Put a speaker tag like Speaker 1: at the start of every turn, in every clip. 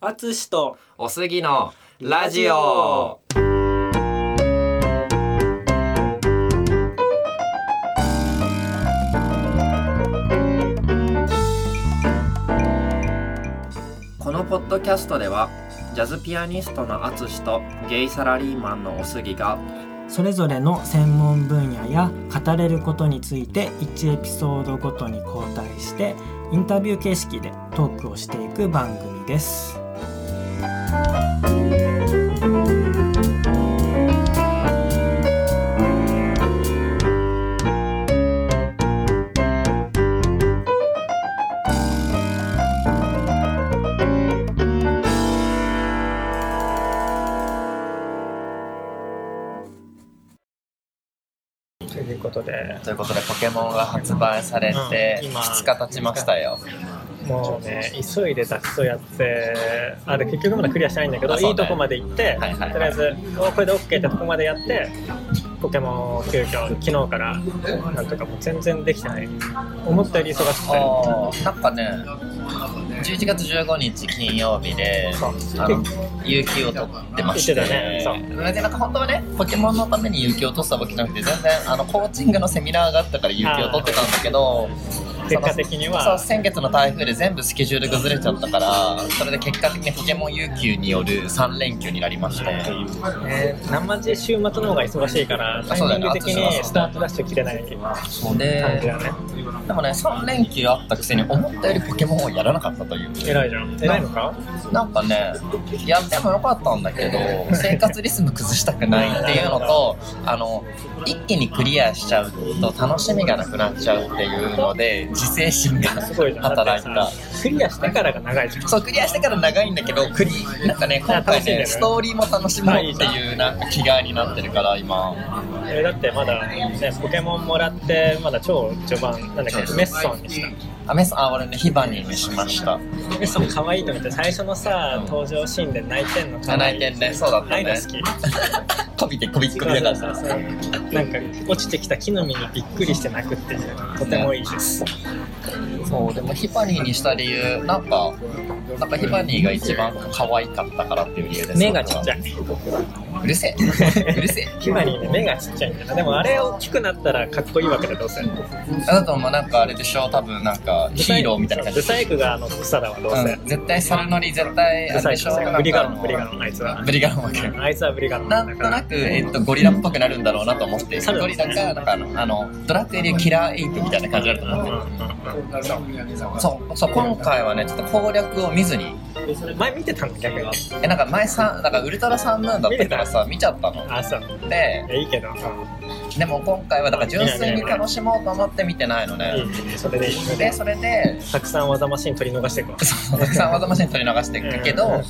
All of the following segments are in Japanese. Speaker 1: あつしと
Speaker 2: おすぎのラジオこのポッドキャストではジャズピアニストのアツシとゲイサラリーマンのおすぎが
Speaker 1: それぞれの専門分野や語れることについて1エピソードごとに交代してインタビュー形式でトークをしていく番組です。ということで
Speaker 2: ということでポケモンが発売されて
Speaker 1: うん今
Speaker 2: 2日経ちましたよ
Speaker 1: もうね急いで脱出をやってあれ結局まだクリアしてないんだけど、
Speaker 2: あそうね
Speaker 1: いいとこまで行って、
Speaker 2: はいはい
Speaker 1: とりあえずおこれで OK ってとこまでやってポケモンを急遽昨日からなんとかもう全然できてない思ったより忙しくて
Speaker 2: あーなんかね11月15日金曜日で
Speaker 1: そう
Speaker 2: あの有給を取ってまして
Speaker 1: 言ってたね
Speaker 2: でなんか本当はねポケモンのために有給を取ってたわけじゃなくて全然あのコーチングのセミナーがあったから有給を取ってたんだけど
Speaker 1: 結果的に
Speaker 2: そう
Speaker 1: は
Speaker 2: 先月の台風で全部スケジュール崩れちゃったからそれで結果的にポケモン有給による3連休になりまして
Speaker 1: ね生地週末の方が忙しいからタイ
Speaker 2: そうだ
Speaker 1: ミ
Speaker 2: よ
Speaker 1: ン
Speaker 2: ね
Speaker 1: グ的にスタートダッシュ切れない
Speaker 2: そう
Speaker 1: 感じ
Speaker 2: で
Speaker 1: だね
Speaker 2: でもね3連休あったくせに思ったよりポケモンをやらなかったという
Speaker 1: 偉いじゃん偉いのか
Speaker 2: なんかね、やってもよかったんだけど、生活リズム崩したくないっていうのと、あの、一気にクリアしちゃうと楽しみがなくなっちゃうっていうので、自制心が
Speaker 1: すごいじゃんだ
Speaker 2: 働
Speaker 1: っ
Speaker 2: い
Speaker 1: てさ
Speaker 2: た。
Speaker 1: クリアしてからが長いじゃん
Speaker 2: そう、クリアしてから長いんだけど、クリ、なんかね、今
Speaker 1: 楽し
Speaker 2: 回
Speaker 1: んで
Speaker 2: ね、
Speaker 1: る
Speaker 2: ストーリーも楽しもうっていう、なんか気概になってるから、今。
Speaker 1: えーだってまだ、ね、ポケモンもらってまだ超序盤なんだっけメッソンにした
Speaker 2: あ、メス、あ、俺ね、ヒバニーにしました。
Speaker 1: メッソン可愛いと思って最初のさ登場シーンで泣いてんの可
Speaker 2: あ泣
Speaker 1: 愛い
Speaker 2: いてんね、そうだった
Speaker 1: ああい
Speaker 2: ね
Speaker 1: うの。好き
Speaker 2: こびて、こびっこび
Speaker 1: そう
Speaker 2: だ
Speaker 1: そ
Speaker 2: か
Speaker 1: うそう
Speaker 2: ら。
Speaker 1: そうなんか落ちてきた木の実にびっくりして泣くっていうとてもいいです
Speaker 2: そうでもヒパニーにした理由なんかなんかヒパニーが一番可愛かったからっていう理由です
Speaker 1: 目がちっちゃ
Speaker 2: い
Speaker 1: いう
Speaker 2: るせえうるせえ
Speaker 1: ヒマリーね目がちっちゃいんだよでもあれ大きくなったらかっこいいわけだどうせ
Speaker 2: あなたもなんかあれでしょ多分なんかヒーローみたいな感じ
Speaker 1: ブサイクがあの草だわどうせ、
Speaker 2: うん、絶対猿のり絶対
Speaker 1: ブ
Speaker 2: あ
Speaker 1: サ
Speaker 2: れ
Speaker 1: イ
Speaker 2: で
Speaker 1: ク
Speaker 2: しょ
Speaker 1: ブサイクブリガロンブリガ
Speaker 2: ン
Speaker 1: ロンあいつは
Speaker 2: ブリガロンわけ
Speaker 1: うんあいつはブリガロン
Speaker 2: な
Speaker 1: だ
Speaker 2: ん
Speaker 1: か
Speaker 2: とな
Speaker 1: ら
Speaker 2: く、えっと、ゴリラっぽくなるんだろうなと思って
Speaker 1: 猿
Speaker 2: ゴリラかなんかあのあのドラクエでいうキラーエイトみたいな感じだと思ってるそうそう今回はねちょっと攻略を見ずに
Speaker 1: うん前見てたの逆に
Speaker 2: えなんか前さなんかウルトラサンムーンだったからさ見ちゃったの
Speaker 1: あそう
Speaker 2: で
Speaker 1: いやいいけど、
Speaker 2: でも今回はだから純粋に楽しもうと思って見てないのね。
Speaker 1: いいそれでいい
Speaker 2: で、それで、
Speaker 1: たくさん技マシン取り逃していくわ
Speaker 2: そうたくさん技マシン取り流していくけ
Speaker 1: う
Speaker 2: ど
Speaker 1: ん、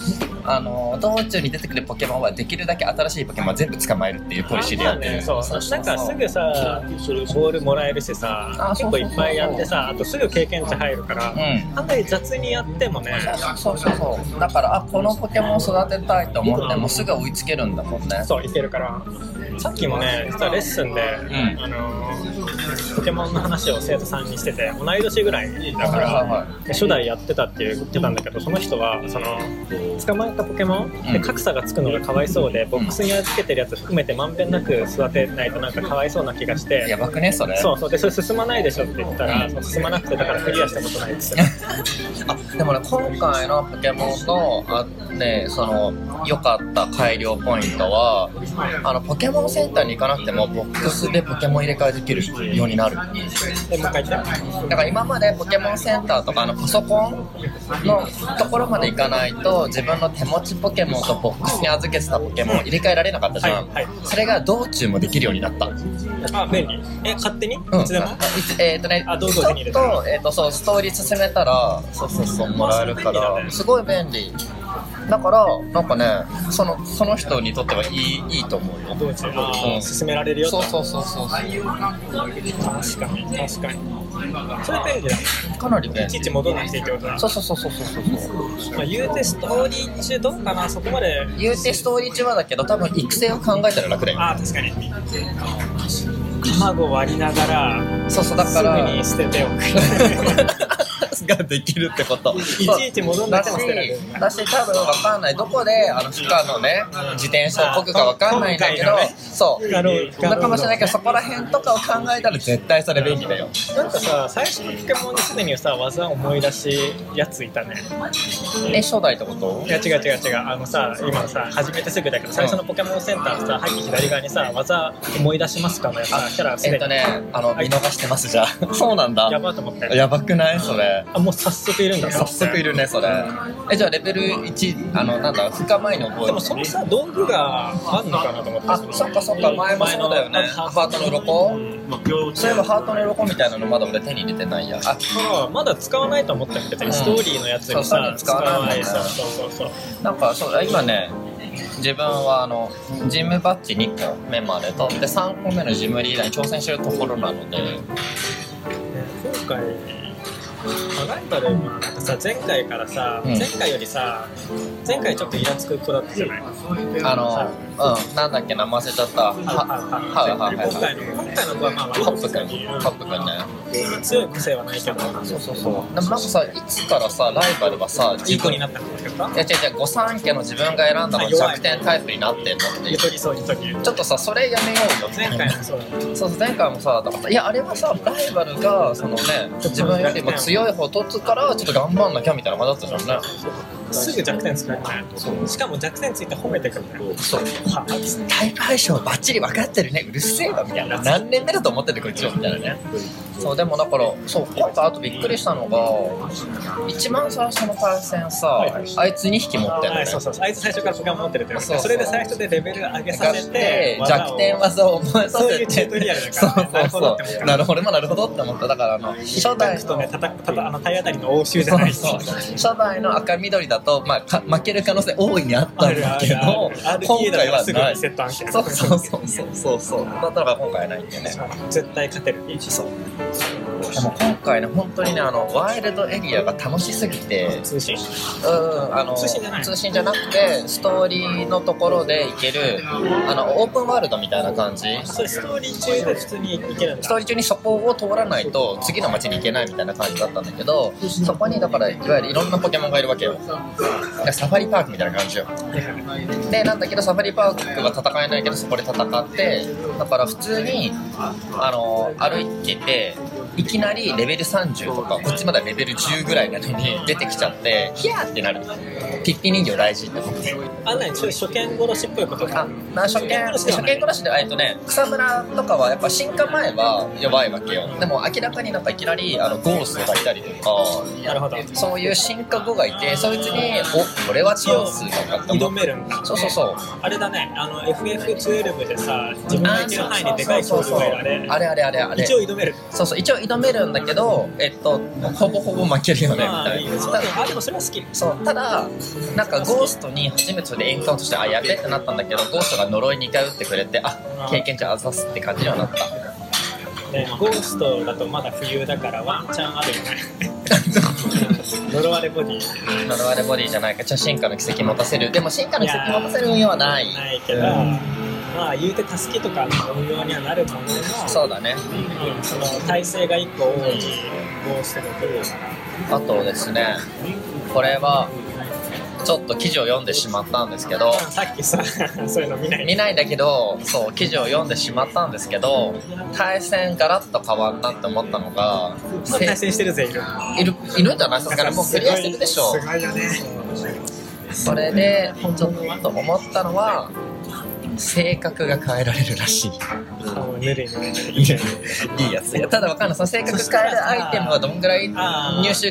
Speaker 2: あの、道中に出てくるポケモンはできるだけ新しいポケモンは全部捕まえるっていうポリシーでやってる。
Speaker 1: そうなんかすぐさボールもらえるしさ
Speaker 2: あ
Speaker 1: 結
Speaker 2: そう
Speaker 1: 構
Speaker 2: そう
Speaker 1: い
Speaker 2: そう
Speaker 1: っぱいやってさあとすぐ経験値入るから、
Speaker 2: うん。
Speaker 1: あんなに雑にやってもね
Speaker 2: そうそうそう。だから、あ、このポケモンを育てたいと思ってもすぐ追いつけるんだもんね。
Speaker 1: そういけるからさっきもね実はレッスンで、
Speaker 2: ん
Speaker 1: あのーポケモンの話を生徒さんにしてて同い年ぐらいだ
Speaker 2: はい
Speaker 1: か
Speaker 2: はい
Speaker 1: ら
Speaker 2: は
Speaker 1: 初代やってたって言ってたんだけどその人はその捕まえたポケモンで
Speaker 2: うん
Speaker 1: 格差がつくのがかわいそうでボックスに預けてるやつ含めてまんべんなく育てないとなんかかわいそうな気がして
Speaker 2: やばくね、それ。
Speaker 1: そうそうでそれ進まないでしょって言ったら
Speaker 2: うん
Speaker 1: そう進まなくてだからクリアしたことないですよ
Speaker 2: あでもね今回のポケモンのあねその良かった改良ポイントはあのポケモンセンターに行かなくてもボックスでポケモン入れ替えできるようになるだ
Speaker 1: でもう一回言って
Speaker 2: から今までポケモンセンターとかあのパソコンのところまで行かないと自分の手持ちポケモンとボックスに預けてたポケモンを入れ替えられなかったじゃん、
Speaker 1: はいはい
Speaker 2: それが道中もできるようになった
Speaker 1: あ便利え勝手にい
Speaker 2: うん、
Speaker 1: つでも
Speaker 2: あいつえっ、とね、
Speaker 1: あどうぞ
Speaker 2: ちょ
Speaker 1: 手に入れ
Speaker 2: ってと、えっ、と、そう、ストーリー進めたら、そうそうそう、もらえるか
Speaker 1: あそれ便利だ
Speaker 2: ら、
Speaker 1: ね
Speaker 2: すごい便利。だから、なんかね、その、その人にとってはいい、いいと思うよ。
Speaker 1: どうしてあー
Speaker 2: うん
Speaker 1: 進められるよ
Speaker 2: そう
Speaker 1: と
Speaker 2: そうそうそう。
Speaker 1: 確かに確かにそれ便利だね
Speaker 2: かなり便
Speaker 1: いちい
Speaker 2: 利。
Speaker 1: ち戻らなくていいってことだ
Speaker 2: そうそうそうそうそうそう。
Speaker 1: まあ、言うてストーリー中どうかなそこまで
Speaker 2: 言うてストーリー中はだけど、多分育成を考えたら楽だよ。
Speaker 1: ああ確かに卵割りながら
Speaker 2: そうそう、だ
Speaker 1: す
Speaker 2: か
Speaker 1: ぐ
Speaker 2: ら。
Speaker 1: に捨てておく
Speaker 2: だ
Speaker 3: ができるってこと。
Speaker 1: いちいち戻んなくても
Speaker 2: だし、多分わかんない。どこで、あの、負荷のね、自転車をこぐかわかんないんだけど
Speaker 1: 今回のね、
Speaker 2: そう。
Speaker 1: ガローガロ
Speaker 2: だ
Speaker 1: ー
Speaker 2: かもしれないけど、そこら辺とかを考えたら絶対それ便利だよ。
Speaker 1: なんかさ最初のポケモンにすでにさ技を思い出しやついたね
Speaker 2: え、初代ってこと
Speaker 1: いや違う違う違うあのさ今さ始めてすぐだけど最初のポケモンセンターさ入って左側にさ技思い出しますかのやつさキャラす
Speaker 2: え
Speaker 1: で
Speaker 2: っ
Speaker 1: に、
Speaker 2: とね、あの、見逃してます、じゃあ。 そうなんだ
Speaker 1: や。ばいと思って
Speaker 2: やばくないそれ。
Speaker 1: あもう早速いるんだ
Speaker 2: 早速いるね、それ。え、じゃあレベル1、あの、なんだ、負荷前に覚える
Speaker 1: でもそのさ道具があんのかなと思って
Speaker 2: あ、そっかそっか、前もそうだよね。ハートの鱗そういえばハートの鱗みたいなのまだ俺手に入れてないや。あ、
Speaker 1: あまだ使わないと思ったけど、
Speaker 2: うん
Speaker 1: ストーリーのやつにさ
Speaker 2: そうそう使わない
Speaker 1: 使わそうそうそう
Speaker 2: なんかそうだ今ね自分はあのジムバッジ2個目まで取って3個目のジムリーダーに挑戦してるところなので
Speaker 1: 今回ライバルなんかさ前回からさ、
Speaker 2: うん
Speaker 1: 前回よりさ前回ちょっとイラつく子だったじゃない
Speaker 2: あのうんなんだっけな忘れちゃったは
Speaker 1: はは
Speaker 2: はいはいはい
Speaker 1: 今回の今回の子はまあまあ
Speaker 2: カップくんカップくんね
Speaker 1: 強い個性はないけど
Speaker 2: そうそうそうでもなんかさいつからさライバルはさ
Speaker 1: いい
Speaker 2: 自
Speaker 1: 子
Speaker 2: 分
Speaker 1: に
Speaker 2: い
Speaker 1: なったんですか
Speaker 2: や違う違う御三家の自分が選んだのが弱点タイプになってんのってい
Speaker 1: ゆ
Speaker 2: う
Speaker 1: とりそうゆとり
Speaker 2: ちょっとさそれやめようよ
Speaker 1: 前回のそう
Speaker 2: そうそう前回もさだからさいやあれはさライバルがそのね自分よりも強い方取つからちょっと頑張んなきゃみたいな感じだったじゃんね
Speaker 1: すぐ弱点作るねしかも弱点ついて褒めてくるね
Speaker 2: そう
Speaker 1: はあいつ
Speaker 2: タイプ相性バッチリ分かってるねうるせえわみたいな何年目だと思っててこっちをみたいなねそうでもだからそう今回あとびっくりしたのが一番最初の対戦さあいつ2匹持ってるの
Speaker 1: は
Speaker 2: ね
Speaker 1: い、そうそうそうあいつ最初からポケモン持ってるってやつ
Speaker 2: そうそう
Speaker 1: それで最初でレベル上げさせて
Speaker 2: 弱点技を覚えさ
Speaker 1: そうい
Speaker 2: せ
Speaker 1: うチュ
Speaker 2: て
Speaker 1: ートリアルだ
Speaker 2: そう
Speaker 1: からね
Speaker 2: そうそ
Speaker 1: なるほ
Speaker 2: うなるほ
Speaker 1: どって思った
Speaker 2: どまあなるほどって思っただからあの初代
Speaker 1: ちょっと
Speaker 2: の
Speaker 1: ねたたたたあの体当たりの応酬じゃないし
Speaker 2: そうそう初代の赤緑だと、まあ、か負ける可能性大いにあった
Speaker 1: あ
Speaker 2: ん
Speaker 1: る
Speaker 2: だ
Speaker 1: あ
Speaker 2: け
Speaker 1: る
Speaker 2: ど
Speaker 1: ある
Speaker 2: 今回
Speaker 1: RTA だから
Speaker 2: は
Speaker 1: すぐ
Speaker 2: ない
Speaker 1: に
Speaker 2: そ
Speaker 1: セット案件
Speaker 2: うそうそうそうそうそうだったら今回はないんだよね
Speaker 1: 絶対勝てる
Speaker 2: そうでも今回ね本当にねあのワイルドエリアが楽しすぎて
Speaker 1: 通信
Speaker 2: うんあの
Speaker 1: 通信じゃない
Speaker 2: 信じゃなくてストーリーのところで行けるあのオープンワールドみたいな感じ
Speaker 1: それストーリー中で普通にいけるん
Speaker 2: ストー
Speaker 1: だ
Speaker 2: リー中にそこを通らないと次の街に行けないみたいな感じだったんだけどそこにだからいわゆるいろんなポケモンがいるわけよサファリパークみたいな感じよでなんだけどサファリパークは戦えないけどそこで戦ってだから普通にあの歩いてていきなりレベル30とかこっちまだレベル10ぐらいなのに出てきちゃってヒヤーってなるピッピ人形大事って思って
Speaker 1: あんなにちょっと初見殺しっぽいこと
Speaker 2: あ
Speaker 1: が
Speaker 2: まあ初見初見暮らしでえっとね草むらとかはやっぱ進化前はやばいわけよでも明らかになんかいきなりあのゴーストがいたりとか
Speaker 1: なるほど
Speaker 2: そういう進化後がいてそいつにおこれは強い数だなって思
Speaker 1: 挑
Speaker 2: っ
Speaker 1: めるんだ
Speaker 2: そうそうそう
Speaker 1: あれだねあの FF12 でさ自分のいける範囲ででかい恐竜がいるあれ
Speaker 2: あれあれあれあれ
Speaker 1: 一応挑める
Speaker 2: そうそう一応挑めるんだけどえっとほぼほぼ負けるよねみ
Speaker 1: ま
Speaker 2: た
Speaker 1: あ
Speaker 2: い
Speaker 1: いい
Speaker 2: な
Speaker 1: ねそう
Speaker 2: ただ
Speaker 1: だねあでもそれは好き
Speaker 2: そうただなんかゴーストに初めてそれでエンカウントしてあやべってなったんだけどゴーストが呪い2回打ってくれてあ経験値あざすって感じにはなった
Speaker 1: ねゴーストだとまだ冬だからワンチャンあるよね呪われボディ
Speaker 2: 呪われボディじゃないかじゃあ進化の奇跡持たせるでも進化の奇跡持たせる運用はない
Speaker 1: ないけど、まあ言うて助けとかの運用にはなるものの
Speaker 2: そうだね
Speaker 1: うんその体勢が一個多いゴーストが来るから
Speaker 2: あとですねこれはちょっと記事を読んでしまったんですけど
Speaker 1: まあさっきさ そういうの見ない
Speaker 2: 見ないんだけどそう記事を読んでしまったんですけど対戦ガラッと変わったって思ったのが
Speaker 1: まあ
Speaker 2: せ
Speaker 1: 対戦してるぜいる
Speaker 2: いるいるんじゃないですかねもうクリアしてるでしょ
Speaker 1: すごいよね
Speaker 2: それでちょっと思ったのは性格が変えられるらしい
Speaker 1: もうぬるいぬるいぬるいいいね
Speaker 2: いいやついやただわかんないその性格変えるアイテムがどんぐらい
Speaker 1: あー
Speaker 2: 入手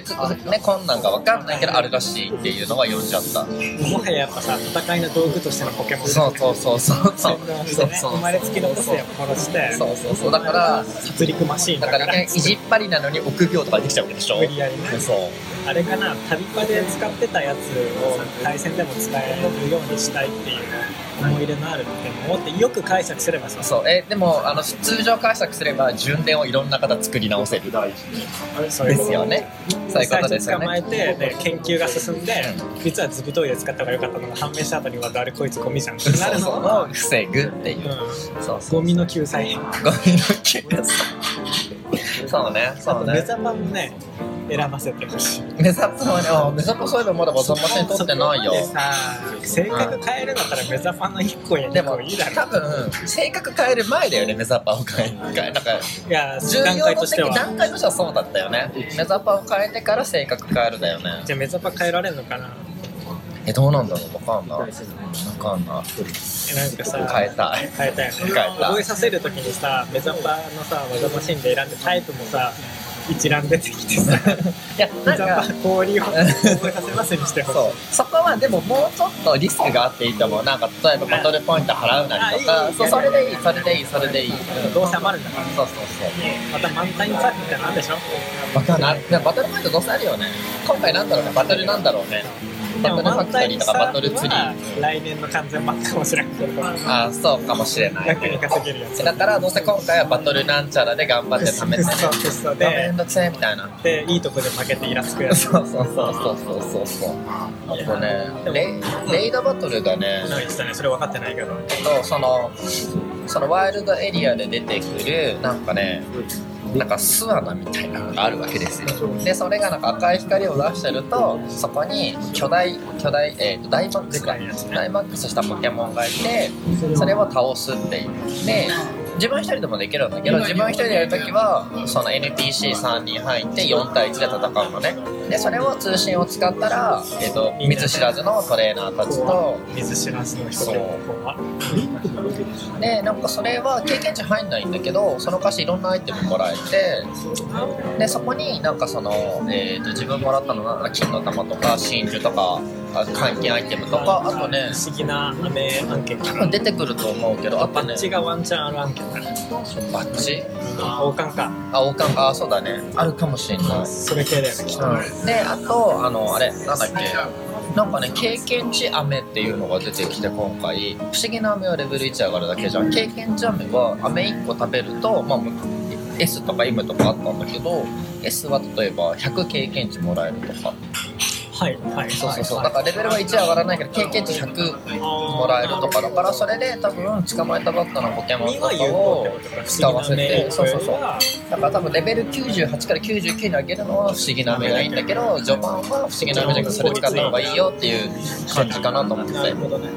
Speaker 2: ね困難かわかんないけどあるらしいっていうのは読んじゃった
Speaker 1: もはややっぱさ戦いの道具としてのポケモン
Speaker 2: そうそうそうそうそう
Speaker 1: 洗脳して
Speaker 2: そう
Speaker 1: ね
Speaker 2: そう
Speaker 1: 生まれつきの個性を殺して
Speaker 2: そうそうそうだから
Speaker 1: 殺戮マシーン
Speaker 2: だ
Speaker 1: だ
Speaker 2: か
Speaker 1: からら
Speaker 2: いきなり意地っ張りなのに臆病とかできちゃうわけでしょ
Speaker 1: 無理やりね
Speaker 2: そう
Speaker 1: あれかな旅パで使ってたやつを対戦でも使えるようにしたいっていう思い入れのあるって思ってよく解釈すればさ
Speaker 2: そうえでもあの通常解釈すれば順連をいろんな方作り直せる
Speaker 1: そうい
Speaker 2: で
Speaker 1: うこ
Speaker 2: す
Speaker 1: と
Speaker 2: よねそういう
Speaker 1: 最
Speaker 2: こと
Speaker 1: 初
Speaker 2: ですよ
Speaker 1: 捕ま
Speaker 2: ね
Speaker 1: えて、で研究が進んで実は図太いで使った方が良かったのが判明した後には誰こいつゴミじゃんってな
Speaker 2: そう
Speaker 1: る
Speaker 2: そ
Speaker 1: の
Speaker 2: う
Speaker 1: も
Speaker 2: を防ぐっていう
Speaker 1: う
Speaker 2: そうそ
Speaker 1: ん、ゴミの救済編
Speaker 2: うゴミの救済そうねそ
Speaker 1: あ
Speaker 2: う
Speaker 1: とメ
Speaker 2: ね
Speaker 1: ザパンもね選ばせてほしい
Speaker 2: メザップはねあメザップそういえばまだバザンマシン取ってないよ
Speaker 1: そこまでさ性格変えるんだったらメザパンの1個や
Speaker 2: で
Speaker 1: 2
Speaker 2: も
Speaker 1: 個いいだろ
Speaker 2: 多分性格変える前だよねメザッパを変え変えだから
Speaker 1: いや
Speaker 2: 重
Speaker 1: 段
Speaker 2: 要
Speaker 1: 階
Speaker 2: 度
Speaker 1: として
Speaker 2: 的
Speaker 1: は
Speaker 2: 段階としてはそうだったよねメザッパを変えてから性格変えるだよね
Speaker 1: じゃあメザパン変えられるのかな
Speaker 2: えどうなんだろうわかんないわかんない
Speaker 1: えなんかさ
Speaker 2: 変えたい
Speaker 1: 変えたよね
Speaker 2: 変えた
Speaker 1: 覚えさせるときにさメザパンのさ技マシンで選んでタイプもさ一覧出てきて さ
Speaker 2: いやな
Speaker 1: メ
Speaker 2: ん
Speaker 1: ザパ
Speaker 2: か
Speaker 1: ン氷を覚えさせますにしてほし
Speaker 2: そ
Speaker 1: いう
Speaker 2: そこはでももうちょっとリスクがあっていいと思うなんか例えばバトルポイント払うなりと
Speaker 1: あ
Speaker 2: か
Speaker 1: いいいい
Speaker 2: そうそれでいいそれでいいそれでいい、うんそう
Speaker 1: どうせ余るんだから
Speaker 2: そうそう
Speaker 1: また満タインサーフィンってなんでしょ
Speaker 2: わかんないでもバトルポイントどうせあるよね今回なんだろうねバトルなんだろうねバ
Speaker 1: で
Speaker 2: ト
Speaker 1: も
Speaker 2: ルファ
Speaker 1: 満
Speaker 2: クト
Speaker 1: タ
Speaker 2: リー
Speaker 1: イン
Speaker 2: と
Speaker 1: サ
Speaker 2: か
Speaker 1: ー
Speaker 2: バト
Speaker 1: フ
Speaker 2: ル
Speaker 1: ィ
Speaker 2: ツ
Speaker 1: ン
Speaker 2: リ
Speaker 1: は
Speaker 2: ー
Speaker 1: 来年の完全版かもしれんけど
Speaker 2: あーそうかもしれない
Speaker 1: 楽に稼げるやつ
Speaker 2: だからどうせ今回はバトルなんちゃらで頑張って貯めて
Speaker 1: そうそうそう
Speaker 2: あめ
Speaker 1: で
Speaker 2: んどくせえみたいな
Speaker 1: でいいとこで負けてイラつくやつ
Speaker 2: そうそうそうそうそうそうそうあとねレイレイドバトルがね
Speaker 1: なんか言ってたねそれ分かってないけど
Speaker 2: えっとそのそのワイルドエリアで出てくるなんかねなんか巣穴みたいなのがあるわけですよでそれがなんか赤い光を出してるとそこに巨大巨大、えー、とダイマックスかダイマックスしたポケモンがいてそれを倒すっていうで自分一人でもできるんだけど自分一人でやるときはその NPC3 人入って4対1で戦うのねでそれを通信を使ったら、えー、と見ず知らずのトレーナーたちと
Speaker 1: 水知らずの人では
Speaker 2: でなんかそれは経験値入んないんだけどその貸しいろんなアイテムもらえてでそこになんかその、えー、と自分もらったのなんだ金の玉とか真珠とかあ換金アイテムとかあとね
Speaker 1: 不思議な雨案件か
Speaker 2: 多
Speaker 1: な
Speaker 2: 分出てくると思うけどあと
Speaker 1: バ
Speaker 2: ね
Speaker 1: ッチがワンチャンある案件だね
Speaker 2: バッチ
Speaker 1: 王冠か
Speaker 2: あ王冠あそうだねあるかもしれない、
Speaker 1: それ系だよねきっと
Speaker 2: うん、であとあのあれなんだっけなんかね経験値飴っていうのが出てきて今回不思議な飴はレベル1上がるだけじゃん経験値飴は飴1個食べると、まあ、S とか M とかあったんだけど S は例えば100経験値もらえるとか
Speaker 1: はいはい
Speaker 2: そうそうそうだ
Speaker 1: はい
Speaker 2: からレベルは1上がらないけど経験値100もらえるとかだからそれで多分捕まえたバッタのポケモン
Speaker 1: 身
Speaker 2: と
Speaker 1: は
Speaker 2: か
Speaker 1: 有効
Speaker 2: を
Speaker 1: ってことか
Speaker 2: 使わせて
Speaker 1: 不思議な
Speaker 2: そうそうそう
Speaker 1: 雨
Speaker 2: だから多分レベル98から99に上げるのは不思議な目がいいんだけど序盤は不思議な目じゃなくてそれ使った方がいいよっていう感じかなと思って
Speaker 1: なるほどね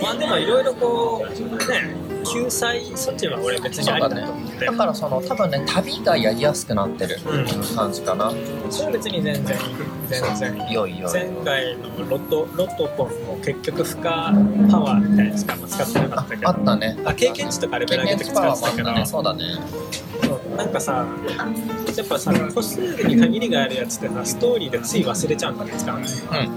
Speaker 1: まあでもいろいろこうね救済措置は俺別にありだと思って
Speaker 2: だからその多分ね旅がやりやすくなってる感じかな
Speaker 1: それは別に全然全然
Speaker 2: 良い良い
Speaker 1: 前回のロトロトポンも結局負荷パワーみたいなしか使ってなか
Speaker 2: あ
Speaker 1: ったけ
Speaker 2: あ
Speaker 1: ど
Speaker 2: ったね
Speaker 1: あ経験値とかレベ
Speaker 2: 経
Speaker 1: ル上げ
Speaker 2: 験
Speaker 1: て
Speaker 2: 値
Speaker 1: 使
Speaker 2: パワ
Speaker 1: っ
Speaker 2: ー
Speaker 1: て
Speaker 2: もあ
Speaker 1: た
Speaker 2: ったね
Speaker 1: けど
Speaker 2: そうだね
Speaker 1: そうなんかさやっぱさ個数に限りがあるやつってさストーリーでつい忘れちゃうんだね使うの
Speaker 2: う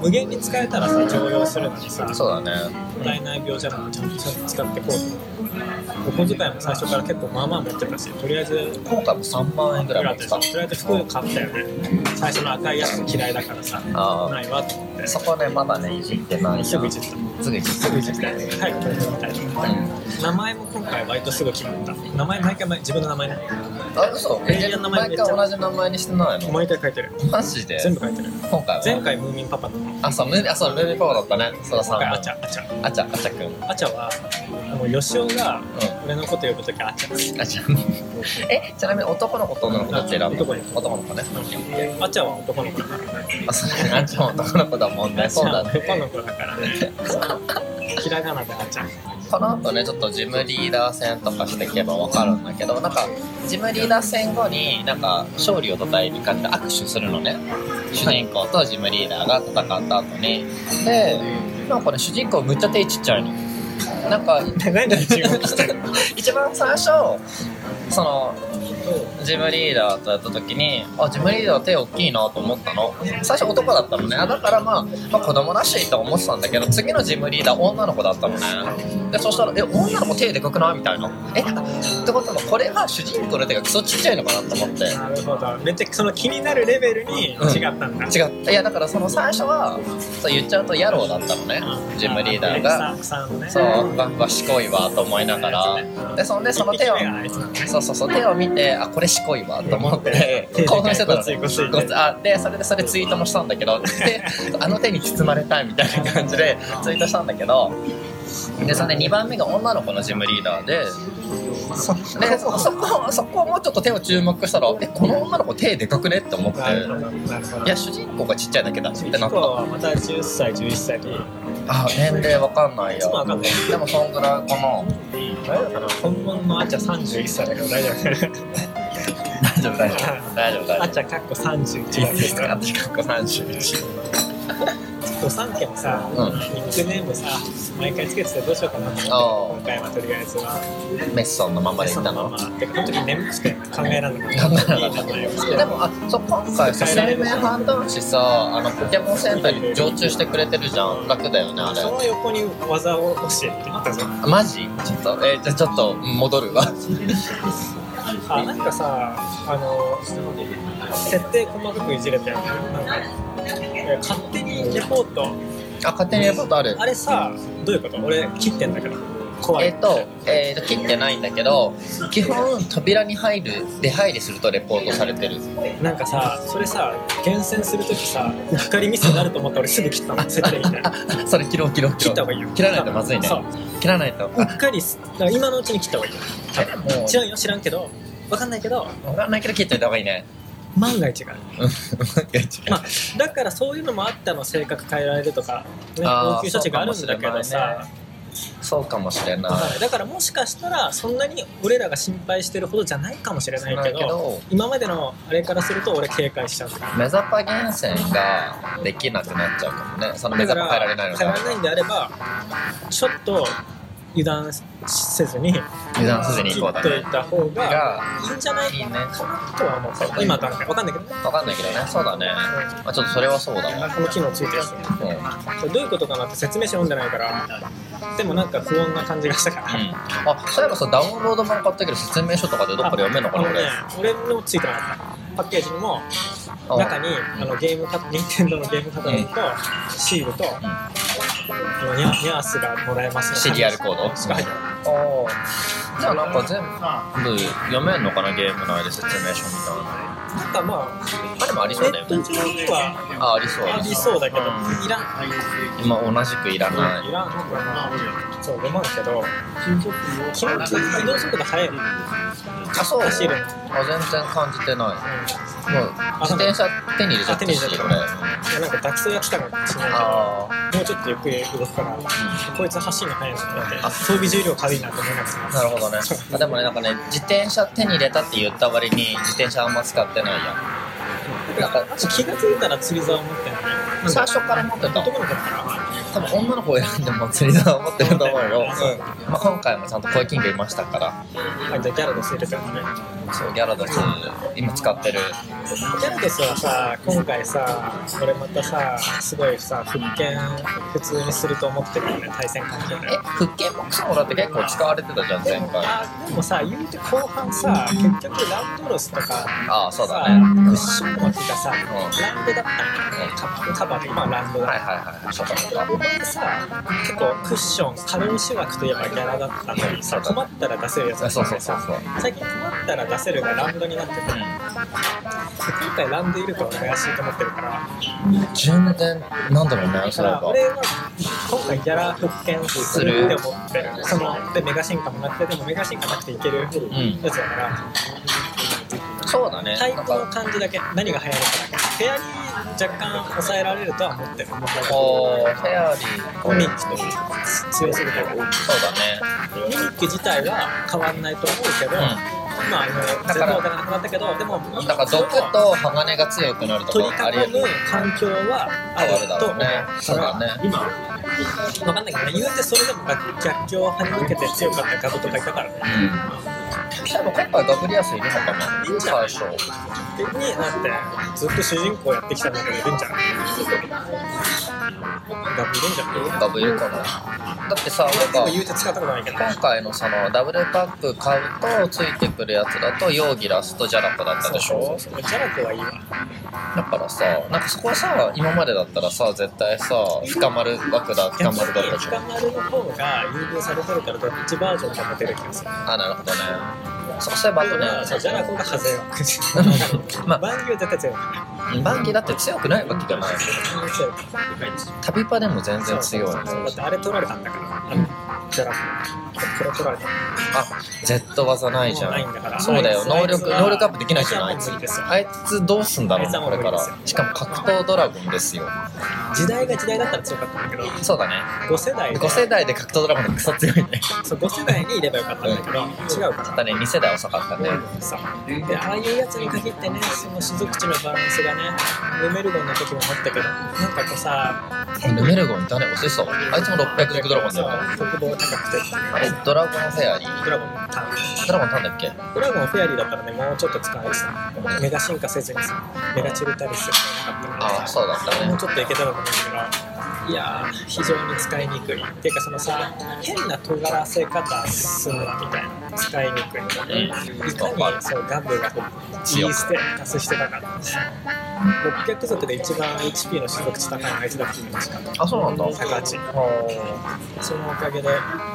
Speaker 1: 無限に使えたらさ常用するのにさ
Speaker 2: んそうだね
Speaker 1: もったいない病じゃなくてちゃんと使ってこうとお小遣いも最初から結構まあまあ持ってたしとりあえず
Speaker 2: 今回も3万円ぐらいまで
Speaker 1: で
Speaker 2: し
Speaker 1: と
Speaker 2: た
Speaker 1: りあえず服を買ったよね最初の赤いやつ嫌いだからさ
Speaker 2: あー
Speaker 1: ないわと思って
Speaker 2: そこねまだねいじってないよ
Speaker 1: す
Speaker 2: す
Speaker 1: ぐ
Speaker 2: ぐ
Speaker 1: い
Speaker 2: い
Speaker 1: じ
Speaker 2: じ
Speaker 1: った
Speaker 2: って
Speaker 1: すぐいじってはいこれみたいな
Speaker 2: うん
Speaker 1: 名前も今回割とすぐ決まった名前毎回毎自分の名前ね
Speaker 2: あ嘘えじゃあ毎回同じ名前にしてないの
Speaker 1: 毎回書いてる
Speaker 2: マジで
Speaker 1: 全部書いてる
Speaker 2: 今回は
Speaker 1: 前回ムーミンパパの今
Speaker 2: あ、そう、ムービー、あ、そう、ムービーパワーだったね。そうだ、三
Speaker 1: 回
Speaker 2: 番。
Speaker 1: あちゃあちゃ
Speaker 2: あちゃ、あちゃくん。う
Speaker 1: あちゃはもう吉尾が
Speaker 2: ん。
Speaker 1: 俺のこと呼ぶときあちゃ
Speaker 2: あちゃ。 え、ちなみに男の子と女の子どっち選ぶの
Speaker 1: 男です
Speaker 2: 男の子ね。
Speaker 1: あちゃは男の子だから
Speaker 2: あ、そうだね。あちゃは男の子だもんね。そうだ
Speaker 1: 男の
Speaker 2: ね。
Speaker 1: 子だからねひらがなであちゃ
Speaker 2: この後ね、ちょっとジムリーダー戦とかしていけばわかるんだけど、なんか、ジムリーダー戦後に、なんか、勝利をたたえに感じで握手するのね。主人公とジムリーダーが戦った後に。で、なんかね、主人公むっちゃ手ちっちゃいの。なんか、
Speaker 1: 何に注目してる
Speaker 2: 一番最初そのジムリーダーとやった時にあジムリーダー手大きいなと思ったの最初男だったのねあだから、まあ、まあ子供らしいと思ってたんだけど次のジムリーダー女の子だったのねでそしたら「え女の子手でかくない?」みたいな「えってことはこれは主人公の手がクソちっちゃいのかなと思って
Speaker 1: なるほどめっちゃその気になるレベルに違ったんだ
Speaker 2: 違ういやだからその最初はそう言っちゃうと野郎だったのねジムリーダーが
Speaker 1: 草のね
Speaker 2: そうバンバしこいわと思いながらでそんでその手をそうそうそう手を見てあこれしこいわと思って
Speaker 1: 手でかい
Speaker 2: 興奮してたの
Speaker 1: ごついごつい
Speaker 2: ごつあでそれでそれツイートもしたんだけどであの手に包まれたいみたいな感じでツイートしたんだけどでそれで2番目が女の子のジムリーダーでそでそそこそこをもうちょっと手を注目したらえこの女の子手でかくねって思っていや主人公がちっちゃいだけだってな
Speaker 1: 今
Speaker 2: った
Speaker 1: はまた10歳11歳に
Speaker 2: あ年齢わかんない
Speaker 1: いつも
Speaker 2: よ
Speaker 1: わかんない
Speaker 2: でもそんぐらいかな
Speaker 1: 大丈夫かな本物のあっちゃん31歳だから大丈夫か
Speaker 2: 大丈夫大丈 夫大丈夫大
Speaker 1: なあっ
Speaker 2: 丈
Speaker 1: ちゃんかっこ
Speaker 2: 夫
Speaker 1: 31
Speaker 2: い
Speaker 1: 歳
Speaker 2: い
Speaker 1: で
Speaker 2: ですす
Speaker 1: か
Speaker 2: から私かっこ31
Speaker 1: 御三家もさ、
Speaker 2: うん
Speaker 1: ニックネームさ毎回つけててどうしようかなと思って今回はとりあえずは
Speaker 2: メッソンのままでい
Speaker 1: そ
Speaker 2: っ
Speaker 1: の
Speaker 2: た
Speaker 1: ま
Speaker 2: の
Speaker 1: まてか本当に眠くて考えられなか
Speaker 2: 考えられな
Speaker 1: った
Speaker 2: かった
Speaker 1: いい名前をつけ
Speaker 2: でもあそう今回さ生命判断士さあのポケモンセンターに常駐してくれてるじゃん楽だよねあ
Speaker 1: そ
Speaker 2: れ
Speaker 1: の横に技を教えてったじゃん
Speaker 2: あマジちょっとえーじゃあちょっと戻るわ
Speaker 1: あなんかさあの設定細かくいじれてなんかえ勝手にレポート
Speaker 2: あ勝手にレポートある
Speaker 1: あれさどういうこと俺切ってんだから怖
Speaker 2: え
Speaker 1: い
Speaker 2: っ、と,、えーと切ってないんだけど基本扉に入る出入りするとレポートされてる
Speaker 1: なんかさそれさ厳選するときさうっかりミスになると思ったら俺すぐ切ったの設定みたいな
Speaker 2: それ切ろう切ろう
Speaker 1: 切
Speaker 2: 切
Speaker 1: った
Speaker 2: ろう
Speaker 1: 方がいいよ
Speaker 2: 切らないとまずいね
Speaker 1: そう
Speaker 2: 切らないと
Speaker 1: うっかりすだから今のうちに切った方がいいよ
Speaker 2: あでも
Speaker 1: 知らんよ知らんけどわかんないけど
Speaker 2: わかんないけど切っといた方がいいね
Speaker 1: 万が一が
Speaker 2: いや違う
Speaker 1: まあだからそういうのもあったの性格変えられるとか、ね、
Speaker 2: あー
Speaker 1: 応急処置があるんだけど
Speaker 2: そうかもしれないね そうかもしれ
Speaker 1: さわかん
Speaker 2: な
Speaker 1: ないだからもしかしたらそんなに俺らが心配してるほどじゃないかもしれないいけど
Speaker 2: ど
Speaker 1: 今までのあれからすると俺警戒しちゃう
Speaker 2: メザパ厳選ができなくなっちゃうかもねそのメ
Speaker 1: だか
Speaker 2: ザパ
Speaker 1: ら
Speaker 2: 変えられないの
Speaker 1: 変え
Speaker 2: が
Speaker 1: られないんであればちょっと油断せずに
Speaker 2: 油断せずに行こうだ
Speaker 1: 切っ
Speaker 2: ね
Speaker 1: といた方が
Speaker 2: が
Speaker 1: いいんじゃない
Speaker 2: いいね
Speaker 1: かなとは思う今段階わかんないけどね
Speaker 2: わかんないけどねそうだねまあちょっとそれはそうだわ
Speaker 1: この機能ついてる人
Speaker 2: うんうん
Speaker 1: これどういうことかなって説明書読んでないからでもなんか不穏な感じがしたから、
Speaker 2: あそういえばさダウンロード版買ったけど説明書とかでどっかで読めんのか
Speaker 1: あ
Speaker 2: な
Speaker 1: の
Speaker 2: 俺
Speaker 1: ね俺のついてなかったパッケージにも
Speaker 2: うん
Speaker 1: 中にあのゲームカ任天堂のゲームカタログとシールと、あのニャニャースがもらえます
Speaker 2: シリアルコード
Speaker 1: しか入ってない
Speaker 2: ああじゃあなんか全部読めんのかなゲーム内で説明書みたいな
Speaker 1: なんかまあ
Speaker 2: あでもあり
Speaker 1: ネ
Speaker 2: そうだ
Speaker 1: ッ
Speaker 2: よ
Speaker 1: ト
Speaker 2: ね
Speaker 1: 上には
Speaker 2: あありそう
Speaker 1: ありそうだけ
Speaker 2: う
Speaker 1: ど、
Speaker 2: ん
Speaker 1: いらん
Speaker 2: 今同じくいらない
Speaker 1: いらんのかなそう読まんけど基本的に移動速度速いの
Speaker 2: あそうあ
Speaker 1: 走
Speaker 2: 全
Speaker 1: る
Speaker 2: 然感じてないもう
Speaker 1: あ
Speaker 2: 自転車手に入れちゃった
Speaker 1: あ手に入れ
Speaker 2: し
Speaker 1: ちゃっ
Speaker 2: 俺
Speaker 1: なんか脱走やってたかもしれないけど
Speaker 2: ああ
Speaker 1: もうちょっとゆっくり動くから、こいつ走るの速いなって、装備重量軽いなって思いなが
Speaker 2: な
Speaker 1: ら。
Speaker 2: るほどねあでもねなんかね自転車手に入れたって言った割に自転車あんま使ってないやんなんか
Speaker 1: あと気がついたら釣り竿持ってんのね。なん
Speaker 2: 最
Speaker 1: か
Speaker 2: 初から持ってた
Speaker 1: 男の子だから、
Speaker 2: 多分女の子を選んでも釣りだと思ってると思うよ、
Speaker 1: うん
Speaker 2: まあ、今回もちゃんと声キングいましたから
Speaker 1: あじゃあギャラドス入れてるのね。
Speaker 2: そうギャラドス今使ってる
Speaker 1: ギャラドスはさ、今回さ、俺またさ、すごいさ、復権普通にすると思ってるよね、対戦環境
Speaker 2: え
Speaker 1: で。
Speaker 2: 復権ボックスもだって結構使われてたじゃん
Speaker 1: で
Speaker 2: 前
Speaker 1: も
Speaker 2: 回
Speaker 1: あでもさ、言うて後半さ、結局ランドロスとか、
Speaker 2: ああそう
Speaker 1: さ、
Speaker 2: だねうん
Speaker 1: ク
Speaker 2: うん
Speaker 1: ッション持ちがさ、ランドだったんだよね。カップカバーで、まあランドだ
Speaker 2: はいはいはいそうかそうか
Speaker 1: お前さ結構クッション過労手枠といえばギャラだったのにさ困ったら出せるやつだ
Speaker 2: あ
Speaker 1: った
Speaker 2: そう
Speaker 1: の
Speaker 2: そう
Speaker 1: に
Speaker 2: そう
Speaker 1: さ
Speaker 2: そう、
Speaker 1: 最近困ったら出せるがランドになってて今
Speaker 2: う
Speaker 1: 回ランドいると俺怪しいと思ってるから
Speaker 2: ん、順然なんだろうね
Speaker 1: だか
Speaker 2: そういえ
Speaker 1: ら
Speaker 2: ば
Speaker 1: 俺は今回ギャラ復権するって思ってるそのでメガ進化もなくてでもメガ進化なくていけるやつ
Speaker 2: ん
Speaker 1: だから
Speaker 2: そうだね
Speaker 1: 対
Speaker 2: なん
Speaker 1: 抗の
Speaker 2: か
Speaker 1: 感じだけ何が流行るかだけフェアリー若干抑えられるとは思ってる
Speaker 2: こうフェアリー
Speaker 1: ミニックと強すぎたからミ
Speaker 2: そうだ
Speaker 1: ニック自体は変わんないと思うけど、
Speaker 2: ね
Speaker 1: まあ、あの、
Speaker 2: だか
Speaker 1: だからら、なくなったけど、でも、
Speaker 2: うんだから毒と鋼が強くなると
Speaker 1: 取り
Speaker 2: かありえ
Speaker 1: 囲
Speaker 2: る
Speaker 1: む環境はあ
Speaker 2: 変わ
Speaker 1: る
Speaker 2: るだ
Speaker 1: と
Speaker 2: ろ
Speaker 1: 思
Speaker 2: う
Speaker 1: う
Speaker 2: ねそうだね
Speaker 1: わかんないけどね、言うてそれでも逆境をはり抜けて強かったガブとかいたからね。
Speaker 2: うん。でも今回ガブリアスいるのかな最初。
Speaker 1: に、なって、ずっと主人公やってきたんだけど、いるんじゃないガブいるんじゃない
Speaker 2: ガブいるかなだってさ、
Speaker 1: でも
Speaker 2: なん
Speaker 1: 言
Speaker 2: か
Speaker 1: うて使ったことないけど。
Speaker 2: 今回のそのダブルパック買うとついてくるやつだとヨーギラスとジャラコだったでしょ
Speaker 1: そうそうそうジャラクはいいわ。
Speaker 2: だからさ、なんかそこはさ、今までだったらさ、絶対さ、深まる枠だ、深
Speaker 1: 逆に
Speaker 2: まるだったじゃ
Speaker 1: 深
Speaker 2: ん。
Speaker 1: まるの方が優遇されてるから、どっちバージョンが持てる気がする。
Speaker 2: あ、なるほどね。そうすればあとね、
Speaker 1: そうジャラクが外れよ。
Speaker 2: ま
Speaker 1: バンギーは絶対強い。
Speaker 2: あ、バンギだって強くないわけじゃない。
Speaker 1: 強い
Speaker 2: タピパでも全然強い
Speaker 1: そうそうそうだってあれ取られたんだから、あのじゃなくてこれ取られた
Speaker 2: あ、Z 技ないじゃ
Speaker 1: ないんだか
Speaker 2: ん。
Speaker 1: ら
Speaker 2: そうだよ、
Speaker 1: あ
Speaker 2: 能
Speaker 1: いつ
Speaker 2: 力、能力アップできないじゃん、あいつ
Speaker 1: あいつはもう無理です。よ
Speaker 2: あいつどうすんだろう
Speaker 1: あいつ
Speaker 2: ね、
Speaker 1: は
Speaker 2: こ
Speaker 1: もう
Speaker 2: れ
Speaker 1: 無理
Speaker 2: から。
Speaker 1: ですよ
Speaker 2: しかも格闘ドラゴンですよ。
Speaker 1: 時代が時代だったら強かったんだけど
Speaker 2: そうだね。
Speaker 1: 5世代で
Speaker 2: 5世代で格闘ドラゴンってクソ強い ね。
Speaker 1: そう5世代にいればよかったんだけど、違うか
Speaker 2: た
Speaker 1: ら
Speaker 2: だね、2世代遅かったね。
Speaker 1: さでああいうやつに限ってねその種族値のバランスがねヌメルゴンの時もあったけどなんかこうさ
Speaker 2: ルメルゴンいたね、遅いそう。あいつも600軸ドラゴンだよ。
Speaker 1: 特防高くてっていう
Speaker 2: あれ、ドラゴンフェアリー。
Speaker 1: ドラゴンのターン
Speaker 2: ドラゴンなんだっけ
Speaker 1: ドラゴンフェアリーだったらねもうちょっと使えるさメガ進化せずにさメガチルタリスがなかったから
Speaker 2: あ、
Speaker 1: さ
Speaker 2: そうだった
Speaker 1: も
Speaker 2: ね
Speaker 1: う。ちょっといけたのかもしれないけどいやー非常に使いにくいっていうかそのさ変な尖らせ方するなみたいな使いにくい
Speaker 2: うん
Speaker 1: いかにそうガンブがこう G ステ足すしてなかったんで600族で一番 HP の種族値高いのあいつだって言いました
Speaker 2: あ、そうなんだ。うん。
Speaker 1: 高値そのおかげで